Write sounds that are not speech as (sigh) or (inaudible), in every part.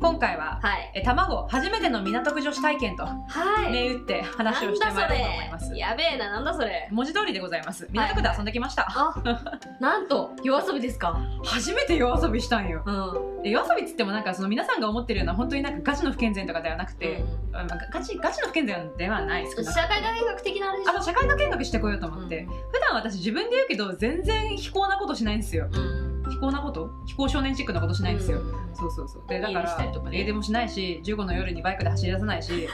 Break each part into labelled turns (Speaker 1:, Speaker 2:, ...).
Speaker 1: 今回は、
Speaker 2: はい。
Speaker 1: え卵初めての港区女子体験と
Speaker 2: はい。
Speaker 1: 銘打って
Speaker 2: なん
Speaker 1: 話をして
Speaker 2: だ
Speaker 1: まいろ
Speaker 2: そ
Speaker 1: うと思います
Speaker 2: れ。やべえな、なんだそれ。
Speaker 1: 文字通りでございます港区で遊んできました、
Speaker 2: あ、なんと、夜遊びですか。
Speaker 1: 初めて夜遊びしたんよ
Speaker 2: うん。
Speaker 1: で夜遊びっつってもなんかその皆さんが思ってるような本当になんかガチの不健全とかではなくて、うんまあガチガチの不健全ではない少なくとも
Speaker 2: 社会科学的なあれでし
Speaker 1: あ
Speaker 2: ょ
Speaker 1: と社会科見学してこようと思って、普段私自分で言うけど全然非行なことしないんですよ
Speaker 2: うん。
Speaker 1: 非行なこと非行少年チックなことしないんですよ、そうそうそうでだか
Speaker 2: 家出した
Speaker 1: ら
Speaker 2: りとかね
Speaker 1: 家出もしないし15の夜にバイクで走り出さない
Speaker 2: (laughs)
Speaker 1: し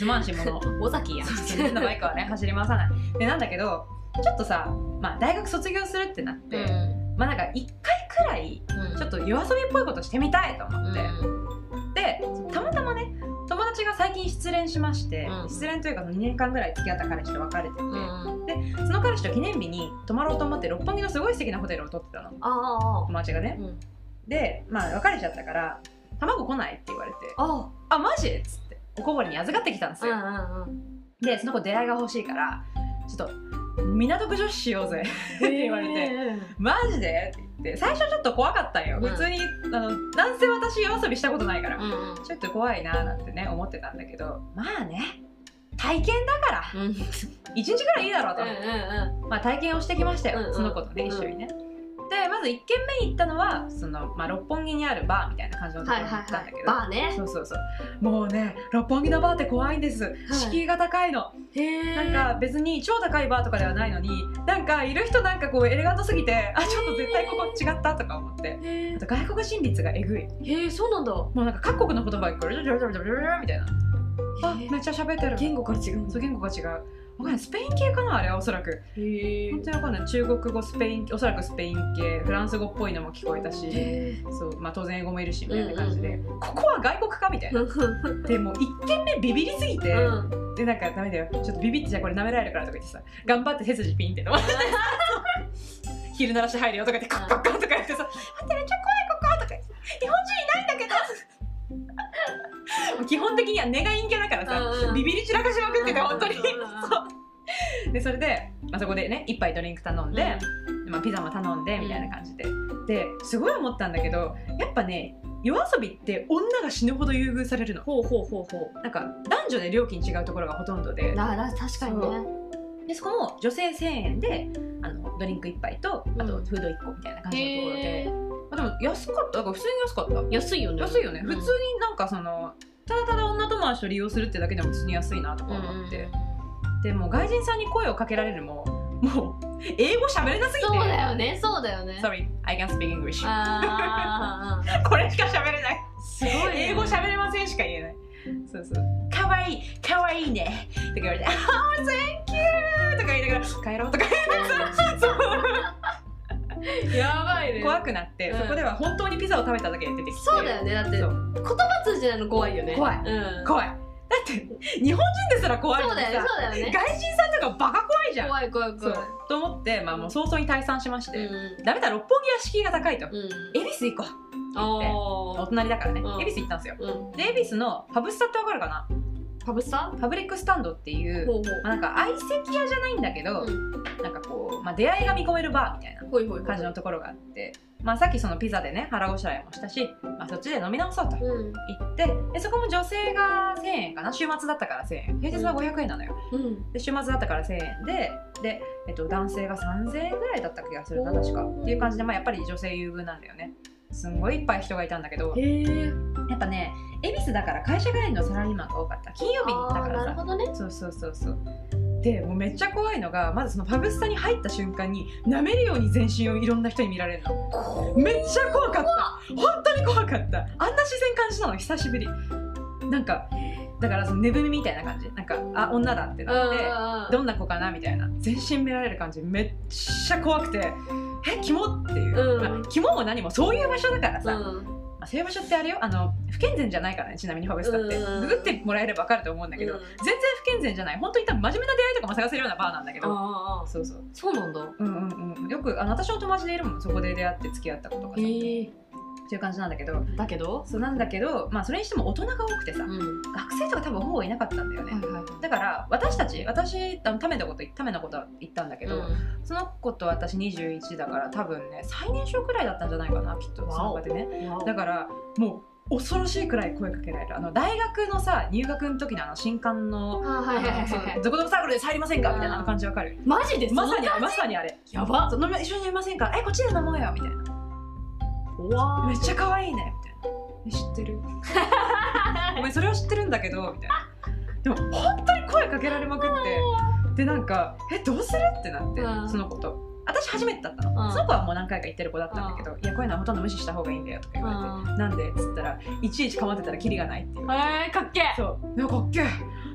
Speaker 1: 盗まんし物
Speaker 2: うん。尾崎や。
Speaker 1: 自分のバイクはね走り回さないでなんだけどちょっとさ、まあ、大学卒業するってなって、
Speaker 2: うん
Speaker 1: まあなんか1回くらい
Speaker 2: うん
Speaker 1: ちょっと夜遊びっぽいことしてみたいと思って、
Speaker 2: うん
Speaker 1: でたまたまね友達が最近失恋しまして、
Speaker 2: うん
Speaker 1: 失恋というか2年間ぐらい付き合った彼氏と別れてて、
Speaker 2: うん。
Speaker 1: その彼氏と記念日に泊まろうと思って六本木のすごい素敵なホテルを取ってたの
Speaker 2: ああ。
Speaker 1: 友達がね
Speaker 2: うん
Speaker 1: でまあ別れちゃったから「卵来ない?」って言われて「
Speaker 2: あ
Speaker 1: あマジ?」っつっておこぼれに預かってきたんです
Speaker 2: うんう
Speaker 1: よ、
Speaker 2: んうん。
Speaker 1: でその子出会いが欲しいからちょっと港区女子しようぜ (laughs) って言われて
Speaker 2: て。
Speaker 1: マジでって言って最初ちょっと怖かったんよ、
Speaker 2: うん
Speaker 1: 普通にあの男性私夜遊びしたことないから、
Speaker 2: うんうん。
Speaker 1: ちょっと怖いなーなんてね思ってたんだけどまあね体験だから
Speaker 2: うんうんうん
Speaker 1: 一日ぐらいいいだろうと思って、まあ、体験をしてきましたよ、
Speaker 2: うんうん
Speaker 1: その子とね
Speaker 2: うん
Speaker 1: 一緒にね、でまず1軒目に行ったのはその、まあ、六本木にあるバーみたいな感じのとこ
Speaker 2: は
Speaker 1: ろ
Speaker 2: い
Speaker 1: に
Speaker 2: は
Speaker 1: 行
Speaker 2: い
Speaker 1: ったん
Speaker 2: は
Speaker 1: だけ
Speaker 2: い。
Speaker 1: ど、
Speaker 2: バーね。
Speaker 1: そうそうそうもうね六本木のバーって怖いんです、敷居が高いの
Speaker 2: へ
Speaker 1: なんか別に超高いバーとかではないのになんかいる人なんかこうエレガントすぎてあちょっと絶対ここ違ったとか思って
Speaker 2: へ
Speaker 1: あと外国人率がえぐい
Speaker 2: え、そうなんだ。
Speaker 1: もうなんか各国の言葉がこれジョロジョロジョロジョロジョロみたいなあめっちゃ喋ってる
Speaker 2: 言語が違うん
Speaker 1: そ
Speaker 2: だ
Speaker 1: う。言語が違うわかんないスペイン系かなあれはおそらく
Speaker 2: へ
Speaker 1: 本当にわかんない中国語スペインおそらくスペイン系フランス語っぽいのも聞こえたし
Speaker 2: え。
Speaker 1: そう、まあ、当然英語もいるしみたいな感じで、ここは外国かみたいな
Speaker 2: うんうん
Speaker 1: でもう1軒目ビビりすぎて、
Speaker 2: うん。
Speaker 1: でなんかダメだよちょっとビビってじゃあこれ舐められるからとか言ってさ頑張って背筋ピンって
Speaker 2: (laughs)
Speaker 1: 伸ばして昼鳴らして入るよとか言ってカッカッカッとか言ってさ待ってめっちゃ怖いこことか言って日本人いないんだけどもう基本的には根が陰キャだから
Speaker 2: うんう
Speaker 1: さ
Speaker 2: ん
Speaker 1: ビビり散らかしまくってて本当に
Speaker 2: う
Speaker 1: そ
Speaker 2: んうんうんうん
Speaker 1: うでそれで、まあ、そこでね一杯ドリンク頼んで、まあ、ピザも頼んでみたいな感じで、ですごい思ったんだけどやっぱね夜遊びって女が死ぬほど優遇されるの
Speaker 2: ほうほうほうほ
Speaker 1: なんか男女で料金違うところがほとんどで
Speaker 2: う。だだ確かにね
Speaker 1: そ。でそこも女性1000円であのドリンク1杯とあと
Speaker 2: うん
Speaker 1: フード1個みたいな感じのところ
Speaker 2: へ
Speaker 1: で、
Speaker 2: ー
Speaker 1: まあ、でも安かっただから普通に安かっ
Speaker 2: 安いよね。
Speaker 1: た安いよね、
Speaker 2: うん
Speaker 1: 普通になんかそのただただ女友達と利用するってだけでも普通に安いなとか思って、でもう外人さんに声をかけられるももう英語喋れなすぎて
Speaker 2: そうだよね、そうだよね。
Speaker 1: Sorry, I can speak English
Speaker 2: あーあーあーあ
Speaker 1: これしか喋れない
Speaker 2: ーすごいね。
Speaker 1: 英語喋れませんしか言えない。そうそう。かわいい、かわいいね。とか言われて、ああ、thank you! とか言いながら、帰ろうとか
Speaker 2: (laughs) やばいね。
Speaker 1: 怖くなって、
Speaker 2: うん
Speaker 1: そこでは本当にピザを食べただけで出てきて。
Speaker 2: そうだよね、だっ
Speaker 1: そ
Speaker 2: て
Speaker 1: う
Speaker 2: 言葉通じないの怖いよね。
Speaker 1: 怖い
Speaker 2: うん。
Speaker 1: 怖い。だって、日本人ですら怖い
Speaker 2: そ
Speaker 1: の
Speaker 2: う
Speaker 1: に
Speaker 2: だ
Speaker 1: さ
Speaker 2: よね、そうだよね。
Speaker 1: 外人さんとかバカ怖いじゃん。
Speaker 2: 怖い怖い
Speaker 1: そ。。
Speaker 2: 怖いう
Speaker 1: と思って、まあもう早々に退散しまし
Speaker 2: う
Speaker 1: て、
Speaker 2: ん。
Speaker 1: ダメだ、六本木は敷居が高いと。
Speaker 2: うん。
Speaker 1: 恵比寿行こう。お
Speaker 2: あ
Speaker 1: 隣だからね
Speaker 2: う。ん
Speaker 1: 恵比寿行ったんですよ。
Speaker 2: ー。うん。
Speaker 1: で、恵比寿のパブスタってわかるかな
Speaker 2: パブスタ
Speaker 1: パブリックスタンドっていう、
Speaker 2: ほう
Speaker 1: まあ、なんか相席屋じゃないんだけ
Speaker 2: ほ
Speaker 1: ど、
Speaker 2: う。うん
Speaker 1: なんかこう、まあ、出会いが見込めるバーみたいな
Speaker 2: ほいほいほい。
Speaker 1: 感じのところがあって、まあ、さっきそのピザでね腹ごしらえもしたし、まあ、そっちで飲み直そうと
Speaker 2: うん。
Speaker 1: 言ってでそこも女性が1000円かな週末だったから1000円平日は500円なのよ
Speaker 2: うん。
Speaker 1: で週末だったから1000円でで、えっと、男性が3000円ぐらいだった気がするな確かっていう感じで、まあ、やっぱり女性優遇なんだよねすんごいいっぱい人がいたんだけど
Speaker 2: へえ。
Speaker 1: やっぱね恵比寿だから会社帰りのサラリーマンが多かった金曜日に行った
Speaker 2: あ
Speaker 1: か
Speaker 2: ー
Speaker 1: ら
Speaker 2: な
Speaker 1: さ
Speaker 2: るほどね。
Speaker 1: そうそうそうそうでもうめっちゃ怖いのがまずそのパブスタに入った瞬間に舐めるように全身をいろんな人に見られるのめっちゃ怖かった本当に怖かったあんな視線感じたの久しぶりなんかだからその寝踏みみたいな感じなんかあ女だってなって
Speaker 2: う
Speaker 1: どんな子かなみたいな全身見られる感じめっちゃ怖くてえキモっていう、
Speaker 2: うん
Speaker 1: まあ、キモも何もそういう場所だからさ、
Speaker 2: んうん。うん。
Speaker 1: まあ、そういう場所ってあれよあの不健全じゃないからねちなみにファブスタって
Speaker 2: うん
Speaker 1: ググってもらえれば分かると思うんだけど、
Speaker 2: うん
Speaker 1: 全然不健全じゃない本当に多分真面目な出会いとかも探せるようなバーなんだけど
Speaker 2: ああ
Speaker 1: そうそう
Speaker 2: そうなんだ
Speaker 1: うんうんうんよくあの私の友達でいるもんそこで出会って付き合った子とかさ、
Speaker 2: へえ
Speaker 1: っていう感じなんだけど
Speaker 2: だけど
Speaker 1: そうなんだけどまあそれにしても大人が多くてさ、
Speaker 2: うん
Speaker 1: 学生とか多分ほぼいなかったんだよね、
Speaker 2: はいはい
Speaker 1: だから私たち私あのためたことためのこと言ったんだけど、その子と私21だから多分ね最年少くらいだったんじゃないかなきっとそ
Speaker 2: わ
Speaker 1: の
Speaker 2: お
Speaker 1: 場でね
Speaker 2: うん
Speaker 1: だからもう恐ろしいくらい声かけられるあの大学のさ入学の時のあの新刊
Speaker 2: あ
Speaker 1: の
Speaker 2: ーはいはいはいは
Speaker 1: 「
Speaker 2: い
Speaker 1: どこどこサークルです入りませんか?」みたいなあの感じわかる
Speaker 2: マジで
Speaker 1: まさに
Speaker 2: そ
Speaker 1: あれ
Speaker 2: んな
Speaker 1: まさにあれ
Speaker 2: やば
Speaker 1: そう飲み一緒に飲みませんかえこっちで飲もうよみたいな
Speaker 2: わ
Speaker 1: めっちゃ可愛いねみたいなえ知ってるごめんそれは知ってるんだけどみたいなでも本当に声かけられまくってでなんかえどうするってなって
Speaker 2: うん
Speaker 1: その子と私初めてだったの、
Speaker 2: うん
Speaker 1: その子はもう何回か行ってる子だったんだけど、いやこういうのはほとんど無視した方がいいんだよとか言われて、なんでっつったらいちいち構ってたらキリがないっていう、
Speaker 2: えー、かっけえ
Speaker 1: そうなんかっけえ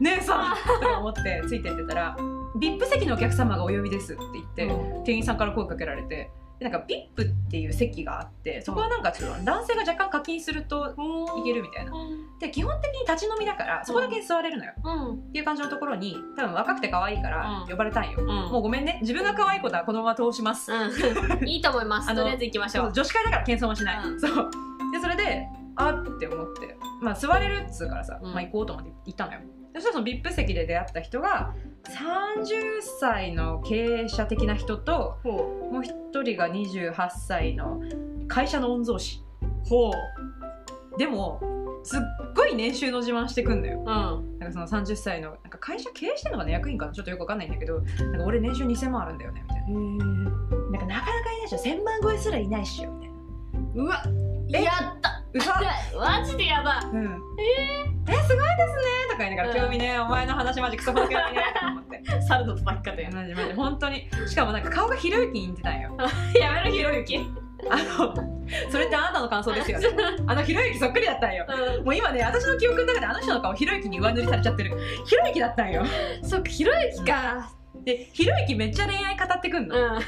Speaker 1: 姉さんとか思ってついてってたら VIP 席のお客様がお呼びですって言って、
Speaker 2: うん
Speaker 1: 店員さんから声かけられてでなんか VIP っていう席があってそこはなんかちょっと男性が若干課金するといけるみたいな
Speaker 2: うん
Speaker 1: で基本的に立ち飲みだからそこだけ座れるのよ、
Speaker 2: うん
Speaker 1: っていう感じのところに多分若くて可愛いから
Speaker 2: うん
Speaker 1: 呼ばれたんよ、
Speaker 2: うん
Speaker 1: もうごめんね自分が可愛いことはこのまま通します、
Speaker 2: うんいいと思います
Speaker 1: あ
Speaker 2: と
Speaker 1: の
Speaker 2: りあえず行きまし
Speaker 1: そ
Speaker 2: ょ
Speaker 1: う
Speaker 2: う
Speaker 1: 女子会だから謙遜はしない、
Speaker 2: うん
Speaker 1: そうでそれであって思ってまあ座れるっつうからさ、
Speaker 2: うん
Speaker 1: まあ行こうと思って行ったのよそしたらその VIP 席で出会った人が30歳の経営者的な人と
Speaker 2: ほ
Speaker 1: もう一人が28歳の会社の御曹司
Speaker 2: うほ
Speaker 1: でもすっごい年収の自慢してくんのよ
Speaker 2: ううん
Speaker 1: なんかその30歳のなんか会社経営してんのかな役員かなちょっとよくわかんないんだけどなんか俺年収2000万あるんだよねみたいななんかなかなかいないでしょ1000万超えすらいないっしょみたいなうわえ
Speaker 2: やった
Speaker 1: う
Speaker 2: (laughs)
Speaker 1: ざ
Speaker 2: マジでやばい
Speaker 1: うん、えすごいですねとか言いながら、
Speaker 2: うん
Speaker 1: 興味ねえお前の話マジクソほど興味ねえと思って (laughs)
Speaker 2: 猿の叩き方や
Speaker 1: マジマジ本当にしかもなんか顔がひろゆきに似てたんよ
Speaker 2: やめろひろゆき
Speaker 1: あのそれってあなたの感想です
Speaker 2: (laughs)
Speaker 1: よねあのひろゆきそっくりだったんよ
Speaker 2: う
Speaker 1: もう今ね私の記憶の中であの人の顔ひろゆきに上塗りされちゃってるひろゆきだったんよ
Speaker 2: んそっかひろゆきか
Speaker 1: でひろゆきめっちゃ恋愛語ってくん
Speaker 2: う
Speaker 1: の、
Speaker 2: んや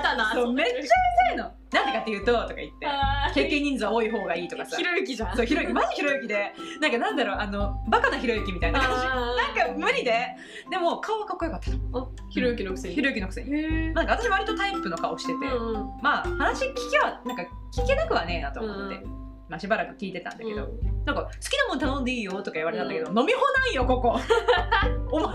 Speaker 2: だな
Speaker 1: そうめっちゃうざいのなんでかっていうととか言って
Speaker 2: あー
Speaker 1: 経験人数は多い方がいいとかさ
Speaker 2: ひろゆきじゃん
Speaker 1: そうひろゆきマジひろゆきでなんかなんだろうあのバカなひろゆきみたいな感じ
Speaker 2: なん
Speaker 1: なんか無理ででも顔はかっこよかったの
Speaker 2: ひろゆきのくせに
Speaker 1: ひろゆきのくせに、
Speaker 2: へえ
Speaker 1: まあ、なんか私割とタイプの顔してて、
Speaker 2: うん
Speaker 1: まあ話聞きはなんか聞けなくはねえなと思って、
Speaker 2: う
Speaker 1: まあ、しばらく聞いてたんだけど、
Speaker 2: うん
Speaker 1: なんか好きなもの頼んでいいよとか言われたんだけど、飲み放なんよここお前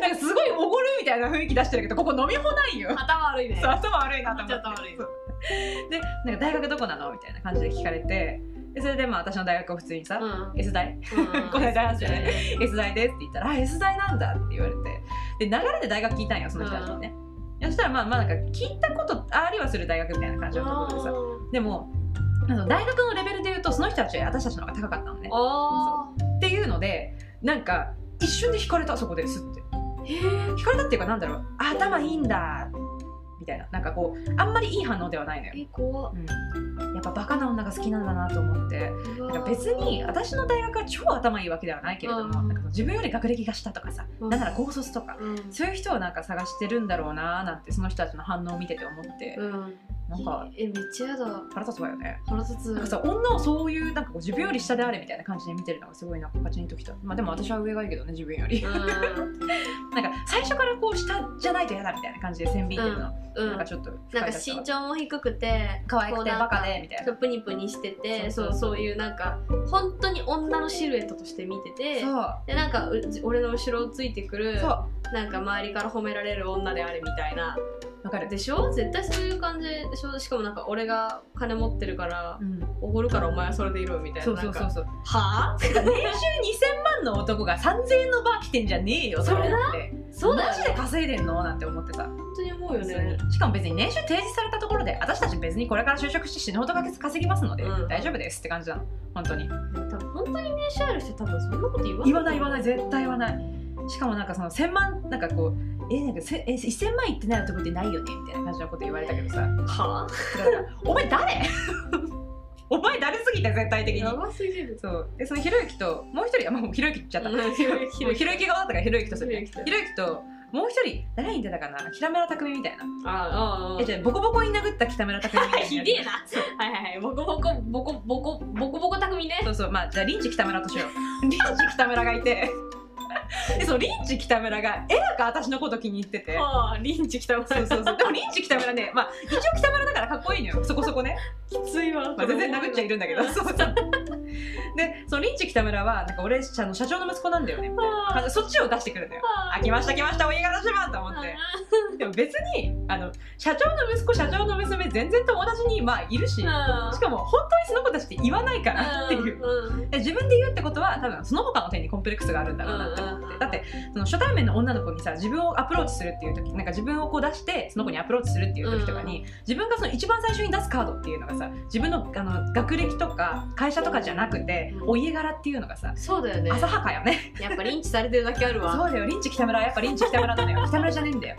Speaker 1: なんかすごいおごるみたいな雰囲気出してるけどここ飲み放なんよ
Speaker 2: 頭悪いね
Speaker 1: そう頭悪いなと思って
Speaker 2: めっちゃ頭悪い
Speaker 1: そうでなんか大学どこなのみたいな感じで聞かれてでそれでまあ私の大学を普通にさ、
Speaker 2: うん
Speaker 1: S 大
Speaker 2: うん
Speaker 1: この間
Speaker 2: (laughs)
Speaker 1: 話したよね S 大ですって言ったら「あ S 大なんだ」って言われてで流れで大学聞いたんよその人たちにね、そしたらまあまあなんか聞いたことありはする大学みたいな感じのところでさでもあの大学のレベルで言うとその人たちは私たちの方が高かったのね
Speaker 2: あ
Speaker 1: っていうのでなんか一瞬で惹かれたそこですって
Speaker 2: ーへえ
Speaker 1: 惹かれたっていうかなんだろうあ頭いいんだみたいななんかこうあんまりいい反応ではないのよ、
Speaker 2: え怖っ
Speaker 1: うん、やっぱバカな女が好きなんだなと思って
Speaker 2: うわ
Speaker 1: なんか別に私の大学は超頭いいわけではないけれども、
Speaker 2: うん
Speaker 1: なんかその自分より学歴が下とかさ、
Speaker 2: うん
Speaker 1: なんなら高卒とか、
Speaker 2: うん
Speaker 1: そういう人をなんか探してるんだろうなーなんてその人たちの反応を見てて思って、
Speaker 2: うん
Speaker 1: なんか
Speaker 2: えめっちゃやだ
Speaker 1: 腹立つわよね。
Speaker 2: 腹立つ
Speaker 1: なんかさ女をそういうなんかこう自分より下であれみたいな感じで見てるのがすごいなんかパチンときた、まあ、でも私は上がいいけどね自分より
Speaker 2: う
Speaker 1: (laughs)
Speaker 2: ん
Speaker 1: なんか最初からこう下じゃないと嫌だみたいな感じで線引いてるの、
Speaker 2: うん
Speaker 1: なんかちょっと不
Speaker 2: な
Speaker 1: 快だ
Speaker 2: んか
Speaker 1: ったわ
Speaker 2: 身長も低くて
Speaker 1: 可愛
Speaker 2: こ
Speaker 1: く
Speaker 2: う
Speaker 1: て
Speaker 2: なん
Speaker 1: バ
Speaker 2: か
Speaker 1: カでみたいな
Speaker 2: プニプニしてて
Speaker 1: そ
Speaker 2: そうう
Speaker 1: そう
Speaker 2: そういうなんか本当に女のシルエットとして見てて
Speaker 1: そ
Speaker 2: でなんかう俺の後ろをついてくる
Speaker 1: うそうわ
Speaker 2: なんか周りから褒められる女であれみたいな
Speaker 1: かる、
Speaker 2: でしょ絶対そういう感じでしょしかもなんか俺が金持ってるから
Speaker 1: うん、
Speaker 2: おごるからお前はそれでいろよみたいな
Speaker 1: そうそうそ
Speaker 2: な
Speaker 1: うん
Speaker 2: か
Speaker 1: そう
Speaker 2: はあ
Speaker 1: てか年収2000万の男が3000円のバー来てんじゃねえよとか思って
Speaker 2: そうだ
Speaker 1: マ
Speaker 2: よ
Speaker 1: ジ
Speaker 2: ね
Speaker 1: で稼いでんのなんて思ってさ
Speaker 2: 本当に思うよね
Speaker 1: 普通にしかも別に年収提示されたところで私たち別にこれから就職して死ぬほど稼ぎますので、
Speaker 2: うん
Speaker 1: 大丈夫ですって感じなの本当に
Speaker 2: 多分本当に年収ある人多分そんなこと言わない
Speaker 1: 言わない言わない絶対言わないしかもなんかその1000万なんかこうえなんかせえ1000万いってない男ってないよねみたいな感じのこと言われたけどさ
Speaker 2: は
Speaker 1: だからお前誰 (laughs) お前誰すぎて絶対
Speaker 2: あ
Speaker 1: 的に
Speaker 2: やばすぎる
Speaker 1: そうでそのひろゆきともう一人あもうひろゆきって言っちゃった
Speaker 2: ひろゆき
Speaker 1: もうひろゆき側だったからひろゆきとするね
Speaker 2: ひろゆきと
Speaker 1: ひろゆきともう一人誰に出たかな北村匠海みたいな、
Speaker 2: ああああ
Speaker 1: えじゃあボコボコに殴った北村匠海みたいな
Speaker 2: (laughs) ひでえなはいはいはいボコボコボコボコボコボコ匠ね
Speaker 1: そうそうまあじゃあリンチ北村としようリンチ北村がいてでそのリンチ北村がえらく私のこと気に入ってて
Speaker 2: はあリンチ北村
Speaker 1: そうそうそうでもリンチ北村ねまあ一応北村だからかっこいいのよそこそこね、
Speaker 2: きついわ
Speaker 1: まあ、全然殴っちゃいるんだけどそうそうでそのリンッチ北村はなんか俺あの社長の息子なんだよねみたいな
Speaker 2: あ
Speaker 1: あそっちを出してくるんだよあ来ました来ましたお家柄自慢と思ってでも別にあの社長の息子社長の娘全然友達にまあいるししかも本当にその子たちって言わないからっていうで自分で言うってことは多分その他の点にコンプレックスがあるんだろうなって思っ
Speaker 2: う
Speaker 1: て
Speaker 2: ん
Speaker 1: だってその初対面の女の子にさ自分をアプローチするっていう時なんか自分をこう出してその子にアプローチするっていう時とかに自分がその一番最初に出すカードっていうのがさ自分のあの学歴とか会社とかじゃなくて
Speaker 2: うん
Speaker 1: お家柄っていうのがさ
Speaker 2: そうだよね
Speaker 1: 浅はかよね
Speaker 2: やっぱリンチされてるだけあるわ
Speaker 1: そうだよリンチ北村はやっぱリンチ北村なのよ北村じゃねえんだよ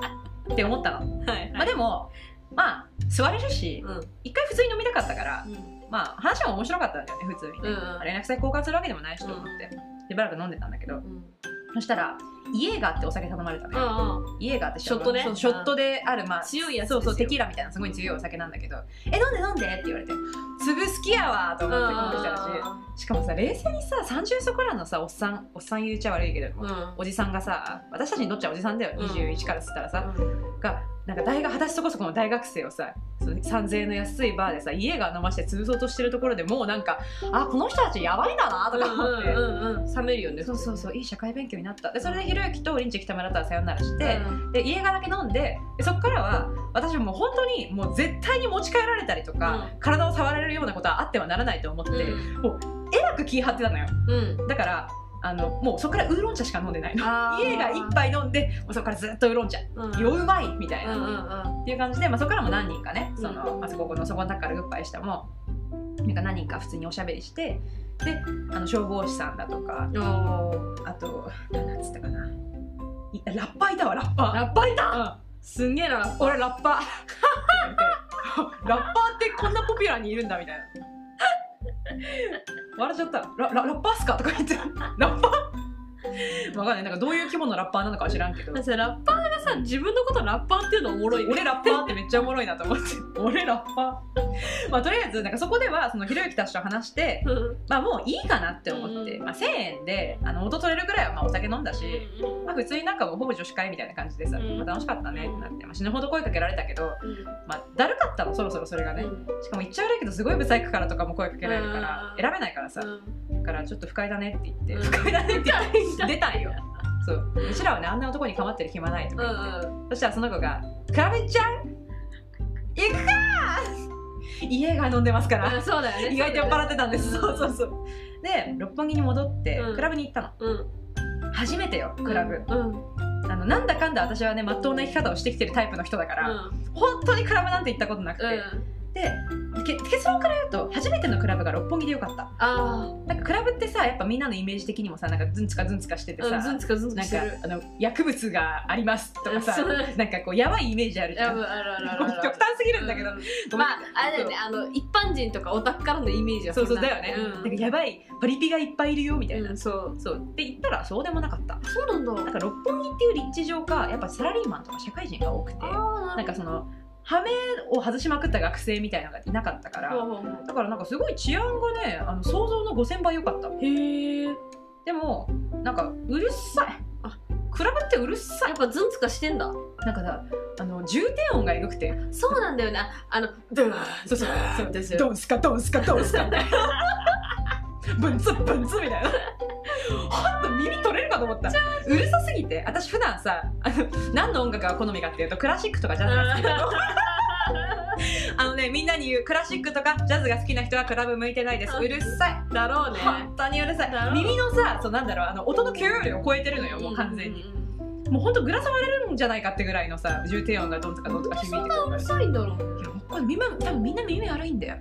Speaker 1: って思ったの、
Speaker 2: はい
Speaker 1: まあ、でもまあ座れるし
Speaker 2: うん
Speaker 1: 一回普通に飲みたかったから
Speaker 2: うん
Speaker 1: まあ話は面白かったんだよね普通にね、
Speaker 2: うんうん
Speaker 1: 連絡先交換するわけでもないしと思って、しばらく飲んでたんだけどそしたらイエーガーってお酒頼まれた
Speaker 2: う
Speaker 1: ね、
Speaker 2: んうん
Speaker 1: イエーガーって
Speaker 2: ショットね
Speaker 1: そうショットであるまあ
Speaker 2: 強いやつ
Speaker 1: そうそう
Speaker 2: です
Speaker 1: テ
Speaker 2: よ
Speaker 1: キーラみたいなすごい強いお酒なんだけど「え飲んで飲んで」って言われて「粒好きやわ」と思って飲んできたらししかもさ冷静にさ30そこらのさおっさんおっさん言うちゃ悪いけど、
Speaker 2: うん
Speaker 1: おじさんがさ私たちにとっちゃおじさんだよ
Speaker 2: うん
Speaker 1: 21からっつったらさ、
Speaker 2: うん
Speaker 1: がなんか大学私そこそこの大学生をさその3000円の安いバーでさ家が飲まして潰そうとしてるところでもうなんかあこの人たちやばいんだなとか思って、
Speaker 2: うんうんうん冷めるよね
Speaker 1: そうそう
Speaker 2: う
Speaker 1: そういい社会勉強になったでそれでひろゆきとリンチ北村とはさよならして、で家がだけ飲んででそっからは私もう本当にもう絶対に持ち帰られたりとか、体を触られるようなことはあってはならないと思って、
Speaker 2: うん
Speaker 1: えらく気張ってたのよ
Speaker 2: うん
Speaker 1: だからあのもうそっからウーロン茶しか飲んでないの
Speaker 2: あー
Speaker 1: 家が一杯飲んでもうそっからずっとウーロン茶
Speaker 2: うん
Speaker 1: ようまいみたい
Speaker 2: うん
Speaker 1: な、
Speaker 2: うん
Speaker 1: っていう感じで、まあ、そこからも何人かね
Speaker 2: うん
Speaker 1: その、あそこのそこの中からグッバイしたもなんか何人か普通におしゃべりしてであの消防士さんだとか
Speaker 2: うんお
Speaker 1: あと何つったかないラッパーいたわラッパー
Speaker 2: ラ
Speaker 1: ッパーいた、
Speaker 2: すんげえな
Speaker 1: うん俺ラッパーって言われてラッパーってこんなポピュラーにいるんだみたいな笑っちゃったラララッパーっすかとか言ってラッパー分かんないなんかどういう規模のラッパーなのかは知らんけど
Speaker 2: だってさラッパーがさ自分のことラッパーっていうのおもろいね
Speaker 1: 俺ラッパーってめっちゃおもろいなと思って俺ラッパー (laughs) まあとりあえずなんかそこではそのひろゆきたちと話して
Speaker 2: うん
Speaker 1: まあもういいかなって思って、
Speaker 2: うん
Speaker 1: まあ、1000円であの元取れるぐらいはまあお酒飲んだし、
Speaker 2: うん
Speaker 1: まあ、普通になんかもうほぼ女子会みたいな感じでさ、
Speaker 2: うん
Speaker 1: まあ、楽しかったねってなって、まあ、死ぬほど声かけられたけど、まあ、だるかったのそろそろそれがね
Speaker 2: うん
Speaker 1: しかも言っちゃ悪いけどすごいブサイクからとかも声かけられるから
Speaker 2: うん
Speaker 1: 選べないからさ
Speaker 2: うん
Speaker 1: だからちょっと不快だねって言
Speaker 2: う
Speaker 1: っ
Speaker 2: ん
Speaker 1: て不快だねって言って
Speaker 2: 痛い
Speaker 1: 出たんよそううちらはねあんな男に構ってる暇ないと
Speaker 2: う
Speaker 1: か
Speaker 2: ん
Speaker 1: 言って。そしたらその子が「クラベちゃん行くか!」家が飲んでますか
Speaker 2: うん
Speaker 1: ら
Speaker 2: そうだよね
Speaker 1: 意外と酔っ払ってたんです、
Speaker 2: うん
Speaker 1: そうそうそうで六本木に戻って
Speaker 2: うん
Speaker 1: クラブに行ったの、
Speaker 2: うん
Speaker 1: 初めてよクラブ、
Speaker 2: うん
Speaker 1: あのなんだかんだ私はねまっとうな生き方をしてきてるタイプの人だから、
Speaker 2: うん
Speaker 1: 本当にクラブなんて行ったことなくて、
Speaker 2: うん
Speaker 1: でけ結論から言うと初めてのクラブが六本木でよかった
Speaker 2: あ
Speaker 1: なんかクラブってさやっぱみんなのイメージ的にもさなんかズンツカズンツカしてて
Speaker 2: あ
Speaker 1: さ、
Speaker 2: うんズンツカズンツ
Speaker 1: な
Speaker 2: カ
Speaker 1: ん
Speaker 2: して
Speaker 1: か
Speaker 2: る
Speaker 1: あの薬物がありますとかさ
Speaker 2: そう
Speaker 1: なんかこうやばいイメージあるじゃ
Speaker 2: や
Speaker 1: ん
Speaker 2: ばいあるあるあるある
Speaker 1: 極端すぎるんだけど、
Speaker 2: うん
Speaker 1: ごめん
Speaker 2: まああれだよねあの一般人とかオタクからのイメージは
Speaker 1: そうそうんだ
Speaker 2: な
Speaker 1: よね、
Speaker 2: うん
Speaker 1: なんかやばいパリピがいっぱいいるよみたいな、
Speaker 2: うんそう
Speaker 1: そうって言ったらそうでもなかった
Speaker 2: そうなんだ
Speaker 1: なんか六本木っていう立地上かやっぱサラリーマンとか社会人が多くて
Speaker 2: あー
Speaker 1: なんかその羽目を外しまくった学生みたいなのがいなかったから、
Speaker 2: ほうほうほう
Speaker 1: だからなんかすごい治安がねあの想像の5000倍良かった
Speaker 2: へえや
Speaker 1: でもなんかうるさい
Speaker 2: あ
Speaker 1: クラブってうるさい
Speaker 2: っぱズンツカしてんだ
Speaker 1: なんかさあの重低音がえぐくて
Speaker 2: そうなんだよねあのドゥーン
Speaker 1: そうそうそう
Speaker 2: ですよ
Speaker 1: どうすかどうすかどうすかみたいなブンツブンツみたいなほんと耳取れるかと思ったうるさすぎて私普段さあの何の音楽が好みかっていうとクラシックとかジャズが好きだあのねみんなに言うクラシックとかジャズが好きな人はクラブ向いてないですうるさい
Speaker 2: だろうね
Speaker 1: 本当にうるさ
Speaker 2: だ
Speaker 1: い
Speaker 2: ろ
Speaker 1: 耳のさそうなんだろうあの音の許容量を超えてるのよもう完全に
Speaker 2: うんうんうん
Speaker 1: もうほんとグラ触れるんじゃないかってぐらいのさ重低音がどんとかどんとか響いてくる
Speaker 2: うるさいんだろう
Speaker 1: いやこれみんな多分みんな耳悪いんだよ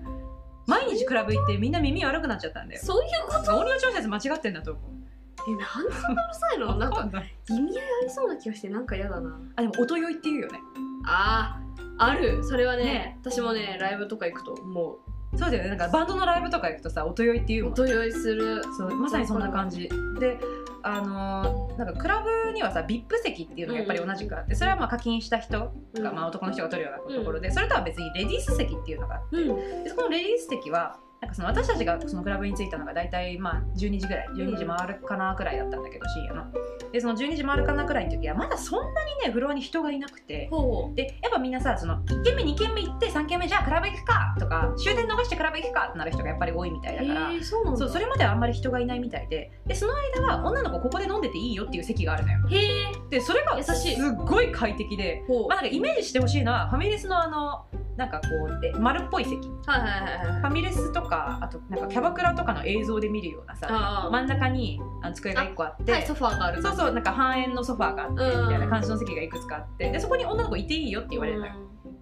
Speaker 1: 毎日クラブ行ってみんな耳悪くなっちゃったんだよ
Speaker 2: そういうこ
Speaker 1: 音量調節間違ってんだと思う
Speaker 2: とえなんでそんなうるさい (laughs) のなん
Speaker 1: わ
Speaker 2: か
Speaker 1: んない
Speaker 2: 意味合いありそうな気がしてなんか嫌だな
Speaker 1: あでも音酔いって言うよね
Speaker 2: あーあるそれはね
Speaker 1: ね
Speaker 2: 私もねライブとか行くとも
Speaker 1: そうだよねなんかバンドのライブとか行くとさ音酔いって言う
Speaker 2: う
Speaker 1: もん
Speaker 2: 音酔いする
Speaker 1: そうまさにそんな感じであのーなんかクラブにはさ VIP 席っていうのがやっぱり同じくあってそれはまあ課金した人が、まあ、男の人が取るようなところでそれとは別にレディース席っていうのがあって
Speaker 2: うん
Speaker 1: でそこのレディース席はなんかその私たちがそのクラブに着いたのが大体まあ12時ぐらい12時回るかなくらいだったんだけど深夜のでその12時回るかなくらいの時はまだそんなにねフロアに人がいなくて
Speaker 2: ほうほう
Speaker 1: でやっぱみんなさその1軒目2軒目行って3軒目じゃあクラブ行くかとか終電逃してクラブ行くかってなる人がやっぱり多いみたいだから、
Speaker 2: えー、そうなんだ
Speaker 1: そうそれまではあんまり人がいないみたいででその間は女の子ここで飲んでていいよっていう席があるのよ
Speaker 2: へえ
Speaker 1: でそれが
Speaker 2: 優
Speaker 1: す
Speaker 2: しい
Speaker 1: っごい快適で
Speaker 2: ほう
Speaker 1: まあ、なんかイメージしてほしいのはファミレスのあのなんかこうで丸っぽい席フ
Speaker 2: はいはいはいはい
Speaker 1: ァミレスとかあとなんかキャバクラとかの映像で見るようなさ
Speaker 2: あ
Speaker 1: 真ん中にあの机が1個あって
Speaker 2: ーはいソファーがある
Speaker 1: そうそうなんか半円のソファーがあって
Speaker 2: うん
Speaker 1: みたいな感じの席がいくつかあってでそこに女の子いていいよって言われるのよ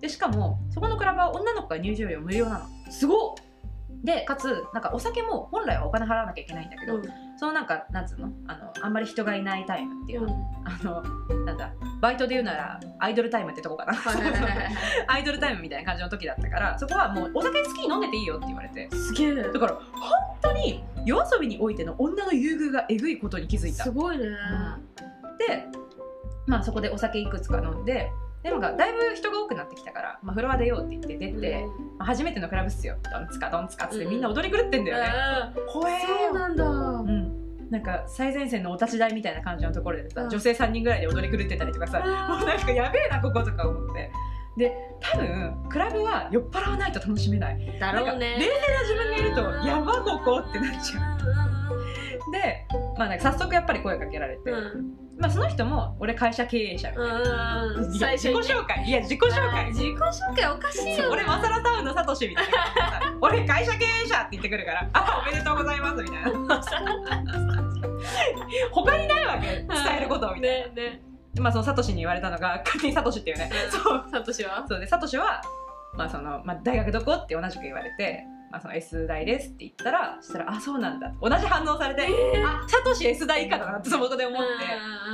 Speaker 1: でしかもそこのクラブは女の子が入場料無料なのすごっでかつなんかお酒も本来はお金払わなきゃいけないんだけど、
Speaker 2: うん
Speaker 1: そのなんかなんつうのあのあんまり人がいないタイムっていう
Speaker 2: うん
Speaker 1: の、あのなんだバイトで言うならアイドルタイムってとこかな
Speaker 2: はいはいはいはい
Speaker 1: (laughs) アイドルタイムみたいな感じの時だったからそこはもうお酒好きに飲んでていいよって言われて
Speaker 2: すげえ
Speaker 1: だから本当に夜遊びにおいての女の優遇がえぐいことに気づいた
Speaker 2: すごいね、
Speaker 1: で、まあ、そこでお酒いくつか飲んででなんかだいぶ人が多くなってきたから、まあ、フロア出ようって言って出て、
Speaker 2: うん
Speaker 1: まあ、初めてのクラブっすよどんつかどんつかっつって
Speaker 2: うん
Speaker 1: みんな踊り狂ってんだよね、
Speaker 2: あー
Speaker 1: 怖えよ
Speaker 2: そうなんだ、
Speaker 1: うん、なんか最前線のお立ち台みたいな感じのところでさ、
Speaker 2: うん
Speaker 1: 女性3人ぐらいで踊り狂ってたりとかさ、
Speaker 2: あ
Speaker 1: もうなんかやべえなこことか思ってで多分クラブは酔っ払わないと楽しめない
Speaker 2: ーだろ
Speaker 1: なん
Speaker 2: うね
Speaker 1: か冷静な自分がいると「やばここ」ってなっちゃ
Speaker 2: ゃう
Speaker 1: うで、まあ、なんか早速やっぱり声かけられて、
Speaker 2: うん
Speaker 1: まあ、その人も俺会社経営者みたいな、
Speaker 2: うんうん
Speaker 1: いや
Speaker 2: 最
Speaker 1: 自
Speaker 2: 初
Speaker 1: 己
Speaker 2: に
Speaker 1: 紹介いや自己紹
Speaker 2: あー
Speaker 1: 介
Speaker 2: 自己紹介おかしい
Speaker 1: そう
Speaker 2: よ
Speaker 1: 俺マサラタウンのサトシみたいな感じでさ俺会社経営者って言ってくるから「あおめでとうございます」みたいな (laughs) 他にないわけ伝えることみたいな、
Speaker 2: ねね
Speaker 1: まあそのサトシに言われたのが勝手にサトシっていうねそう
Speaker 2: サト
Speaker 1: (laughs)
Speaker 2: シは
Speaker 1: そうでサトシは、まあそのまあ、大学どこって同じく言われて、まあ、その S 大ですって言ったらそしたら「あそうなんだ」同じ反応されて「あサトシ S 大以下だな」ってそこで思って。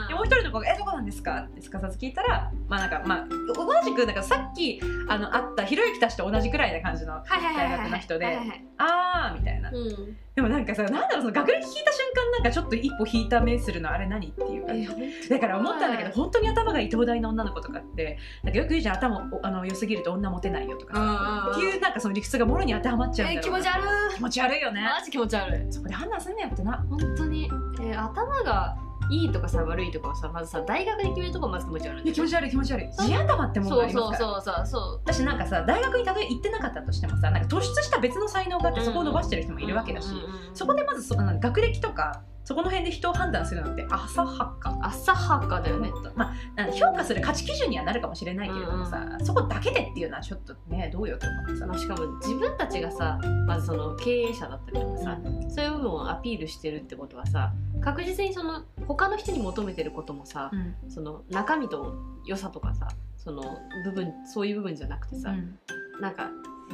Speaker 1: でもう一人の子が「えどこなんですか?」ってすかさず聞いたらまあなんかまあ同じくなんかさっきあの会ったひろゆきたちと同じくらいな感じの
Speaker 2: はいはいはいはい
Speaker 1: 大学の人で
Speaker 2: はいはいはい
Speaker 1: 「あー」みたいな
Speaker 2: うん
Speaker 1: でもなんかさなんだろうその学歴聞いた瞬間なんかちょっと一歩引いた目するのあれ何っていうか
Speaker 2: え本
Speaker 1: だから思ったんだけ
Speaker 2: は
Speaker 1: ど
Speaker 2: い
Speaker 1: 本当に頭がいい東大の女の子とかってなんかよく言うじゃん頭おあの良すぎると女モテないよとかさ
Speaker 2: 当
Speaker 1: っていうなんかその理屈がもろに当てはまっちゃうんだ
Speaker 2: え
Speaker 1: ろう
Speaker 2: 気持ち悪い
Speaker 1: 気持ち悪いよね
Speaker 2: マジ気持ち悪い
Speaker 1: そこで判断すんねよってな
Speaker 2: 本当にえー頭がいいとかさ悪いとかをさまずさ大学で決めるとこまず気持ち悪いん
Speaker 1: いや
Speaker 2: だ
Speaker 1: 気
Speaker 2: よ
Speaker 1: 持ち悪い気持ち悪い地頭ってもの
Speaker 2: そ
Speaker 1: があ
Speaker 2: う
Speaker 1: ります
Speaker 2: そ
Speaker 1: か
Speaker 2: う
Speaker 1: ら
Speaker 2: そうそうそう
Speaker 1: 私なんかさ大学にたとえ行ってなかったとしてもさなんか突出した別の才能があってそこを伸ばしてる人もいるわけだし、
Speaker 2: うんうんうんうん
Speaker 1: そこでまずその学歴とかそこの辺で人を判断するのって浅はか
Speaker 2: 浅はかだよね
Speaker 1: まあなんか評価する価値基準にはなるかもしれないけれどもさ、そこだけでっていうのはちょっとねどうよって思ってさ、
Speaker 2: まあしかも自分たちがさまずその経営者だったりとかさ、そういうのをアピールしてるってことはさ確実にその他の人に求めてることもさ、
Speaker 1: うん
Speaker 2: その中身と良さとかさその部分そういう部分じゃなくてさ、
Speaker 1: うん
Speaker 2: なんか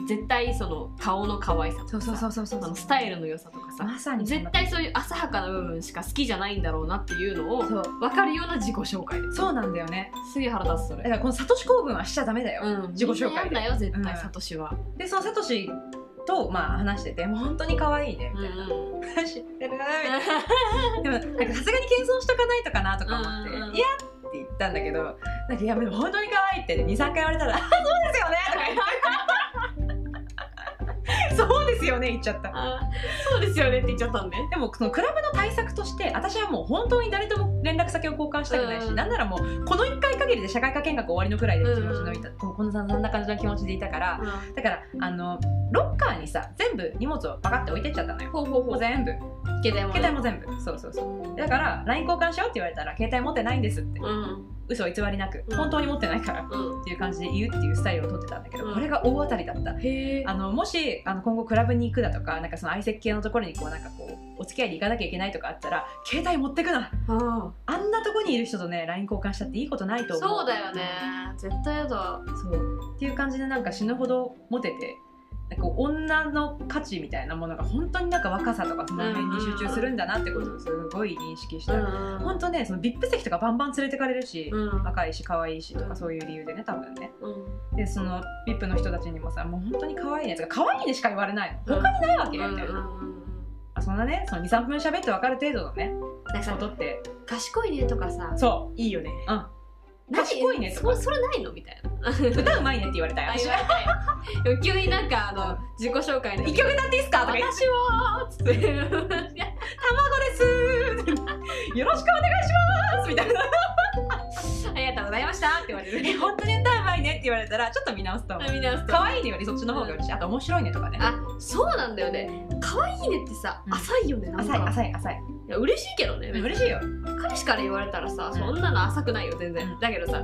Speaker 2: 絶対その顔の可愛さとか
Speaker 1: そうそうそうそうそう
Speaker 2: そのスタイルの良さとかさ
Speaker 1: まさにそんな
Speaker 2: 絶対そういう浅はかな部分しか好きじゃないんだろうなっていうのを
Speaker 1: そう
Speaker 2: 分かるような自己紹介です
Speaker 1: そうなんだよね
Speaker 2: すげえ腹立つそ
Speaker 1: だか
Speaker 2: れ
Speaker 1: らこのサトシ構文はしちゃダメだよ、
Speaker 2: うん
Speaker 1: 自己紹介で
Speaker 2: みんなやんだよ絶対、
Speaker 1: うん
Speaker 2: サトシは、
Speaker 1: でそのサトシとまあ話しててもう本当に可愛いねみたいな、 (laughs) 知ってるみたいなでもなんかさすがに謙遜しとかないとかなとか思って「
Speaker 2: うんうんうん
Speaker 1: いや」って言ったんだけど「なんかいやでも本当に可愛いって23回言われたら「あそうですよね」とか言って「そうですよね」言っちゃった
Speaker 2: あ (laughs) そうですよねって言っちゃったんで
Speaker 1: でもそのクラブの対策として私はもう本当に誰とも連絡先を交換したくないし、
Speaker 2: うん
Speaker 1: なんならもうこの1回限りで社会科見学終わりのくらいで気持ちのいた、こんなそんな感じの気持ちでいたからだからあのロッカーにさ全部荷物をパカって置いてっちゃったのよ
Speaker 2: ほうほうほ
Speaker 1: もう
Speaker 2: う
Speaker 1: 全部
Speaker 2: 携帯もね
Speaker 1: 携帯も全部そうそうそうだから LINE 交換しようって言われたら携帯持ってないんですって
Speaker 2: うん
Speaker 1: 嘘偽りなく
Speaker 2: うん
Speaker 1: 本当に持ってないからっ
Speaker 2: うん
Speaker 1: ていう感じで言うっていうスタイルをとってたんだけど
Speaker 2: うん
Speaker 1: これが大当たりだった
Speaker 2: へえ
Speaker 1: あのもしあの今後クラブに行くだとかなんかその相席系のところにこうなんかこうお付き合いで行かなきゃいけないとかあったら携帯持ってくな
Speaker 2: あ
Speaker 1: あんなとこにいる人とね LINE 交換したっていいことないと思う
Speaker 2: そうだよね絶対やだ
Speaker 1: そうっていう感じでなんか死ぬほどモテてなんかこう女の価値みたいなものが本当になんか若さとかその辺に集中するんだなってことをすごい認識した、
Speaker 2: うん
Speaker 1: 本当ねその VIP 席とかバンバン連れてかれるし、
Speaker 2: うん
Speaker 1: 若いし可愛いしと
Speaker 2: う
Speaker 1: か
Speaker 2: ん
Speaker 1: そういう理由でね多分ね
Speaker 2: うん
Speaker 1: でその VIP の人たちにもさもう本当に可愛いねとか可愛いねしか言われないの
Speaker 2: うん
Speaker 1: 他にないわけ
Speaker 2: うん
Speaker 1: よ
Speaker 2: うん
Speaker 1: み
Speaker 2: う
Speaker 1: たいな、
Speaker 2: ん
Speaker 1: あそんなねその23分喋って分かる程度のね
Speaker 2: なん
Speaker 1: こ
Speaker 2: か
Speaker 1: と
Speaker 2: さ
Speaker 1: って
Speaker 2: 賢いねとかさ
Speaker 1: そ
Speaker 2: いいよね
Speaker 1: ううん
Speaker 2: 何
Speaker 1: 賢いねと
Speaker 2: そ
Speaker 1: か
Speaker 2: れそれないのみたいな
Speaker 1: 歌うまいねって言われたよ
Speaker 2: あ言われたい急になんかあの自己紹介の
Speaker 1: 一曲歌っていいっすかとか言って
Speaker 2: 私は」つっていや
Speaker 1: 「卵です」よろしくお願いします」みたい
Speaker 2: (laughs)
Speaker 1: な
Speaker 2: 「ありがとうございました」って言われ
Speaker 1: 「え
Speaker 2: る
Speaker 1: 本当に歌うまいね」って言われたらちょっと見直すと思う
Speaker 2: みんな
Speaker 1: 可愛いねよりそっちの方が嬉しいあと面白いねとかね
Speaker 2: あそうなんだよね可愛いねってさ
Speaker 1: うん
Speaker 2: 浅いよねなんか
Speaker 1: 浅い浅い浅い
Speaker 2: いや嬉しいけどね別に
Speaker 1: 嬉しいよ
Speaker 2: 彼氏から言われたらさ、
Speaker 1: ん
Speaker 2: そんなの浅くないよ全然、
Speaker 1: うん
Speaker 2: だけどさ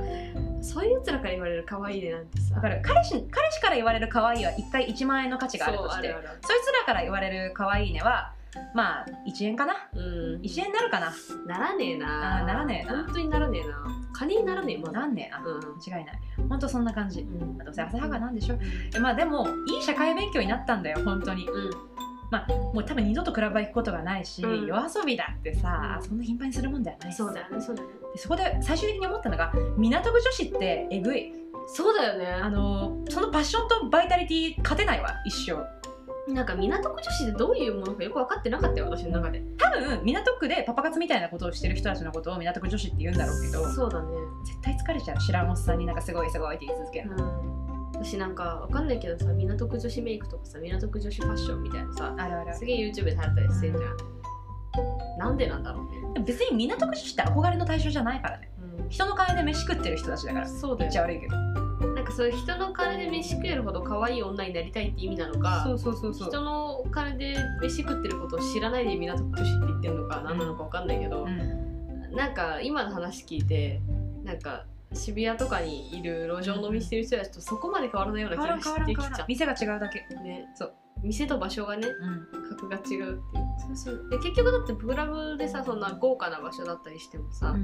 Speaker 2: そういうやつらから言われる可愛いねなんてさ
Speaker 1: わかる彼氏彼氏から言われる可愛いは一回1万円の価値があるとして
Speaker 2: そう
Speaker 1: そ
Speaker 2: あるある
Speaker 1: いつらから言われる可愛いねはまあ1円かな
Speaker 2: うん
Speaker 1: 1円になるかな
Speaker 2: ならねえな
Speaker 1: あーならねえな
Speaker 2: 本当にならねえな金にならねえまだ
Speaker 1: なんねえな
Speaker 2: うん
Speaker 1: 間違いないほんとそんな感じ
Speaker 2: うん
Speaker 1: まあどうせ浅はかなんでしょえまあでもいい社会勉強になったんだよ本当にもう多分二度とクラブは行くことがないし、
Speaker 2: うん
Speaker 1: 夜遊びだってさ、
Speaker 2: うん
Speaker 1: そんな頻繁にするもんだよね
Speaker 2: そうだよねそうだよね
Speaker 1: でそこで最終的に思ったのが港区女子ってえぐい
Speaker 2: そうだよね
Speaker 1: あのそのパッションとバイタリティ勝てないわ一生
Speaker 2: なんか港区女子ってどういうものかよく分かってなかったよ私の中で
Speaker 1: 多分港区でパパ活みたいなことをしてる人たちのことを港区女子って言うんだろうけど
Speaker 2: そうだね
Speaker 1: 絶対疲れちゃう白本さんになんかすごいすごいって言い続けるの、
Speaker 2: うん私なんかわかんないけどさ港区女子メイクとかさ港区女子ファッションみたいなさ
Speaker 1: あるあるあ
Speaker 2: すげえ YouTube で流行ったりしてんじゃんなんでなんだろうね
Speaker 1: る別に港区女子って憧れの対象じゃないからね人の金で飯食ってる人たちだから
Speaker 2: そうだ
Speaker 1: 言っちゃ
Speaker 2: よ
Speaker 1: 悪いけど
Speaker 2: なんかそういう人の金で飯食えるほど可愛い女になりたいって意味なのか
Speaker 1: うそうそう
Speaker 2: 人のお金で飯食ってることを知らないで港区女子って言ってるのか何なのか分かんないけど、
Speaker 1: ん、
Speaker 2: なんか今の話聞いてなんか渋谷とかにいる路上飲みしてる人たちとそこまで変わらないような
Speaker 1: 変
Speaker 2: 気
Speaker 1: わら
Speaker 2: が
Speaker 1: ん変わらん
Speaker 2: して
Speaker 1: 変
Speaker 2: きち
Speaker 1: わ
Speaker 2: ゃ
Speaker 1: らん
Speaker 2: っ
Speaker 1: 店が違うだけ、
Speaker 2: たね
Speaker 1: そう
Speaker 2: 店と場所がね
Speaker 1: うん、
Speaker 2: 格が違うっていうそうそうで結局だってプラブでさそんな豪華な場所だったりしてもさ、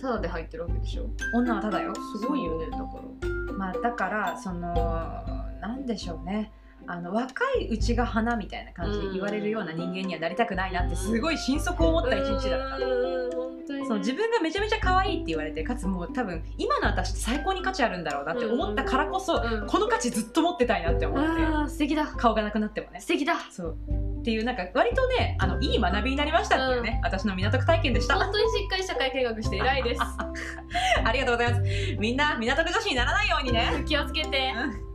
Speaker 2: タダで入ってるわけでしょ
Speaker 1: 女はただよ
Speaker 2: すごいよねだから
Speaker 1: まあだからそのなんでしょうねあの若いうちが花みたいな感じで言われるような人間にはなりたくないなってすごい心底思った一日だった
Speaker 2: うーん本当にね
Speaker 1: その自分がめちゃめちゃ可愛いって言われてかつもう多分今の私って最高に価値あるんだろうなって思ったからこそ
Speaker 2: うん
Speaker 1: この価値ずっと持ってたいなって思って
Speaker 2: あー素敵だ
Speaker 1: 顔がなくなってもね
Speaker 2: 素敵だ
Speaker 1: そうっていうなんか割とねあのいい学びになりましたっていうね私の港区体験でした
Speaker 2: 本当にしっかり社会見学し
Speaker 1: (laughs)
Speaker 2: て偉いです
Speaker 1: ありがとうございますみんな港区女子にならないようにね
Speaker 2: 気をつけて
Speaker 1: うん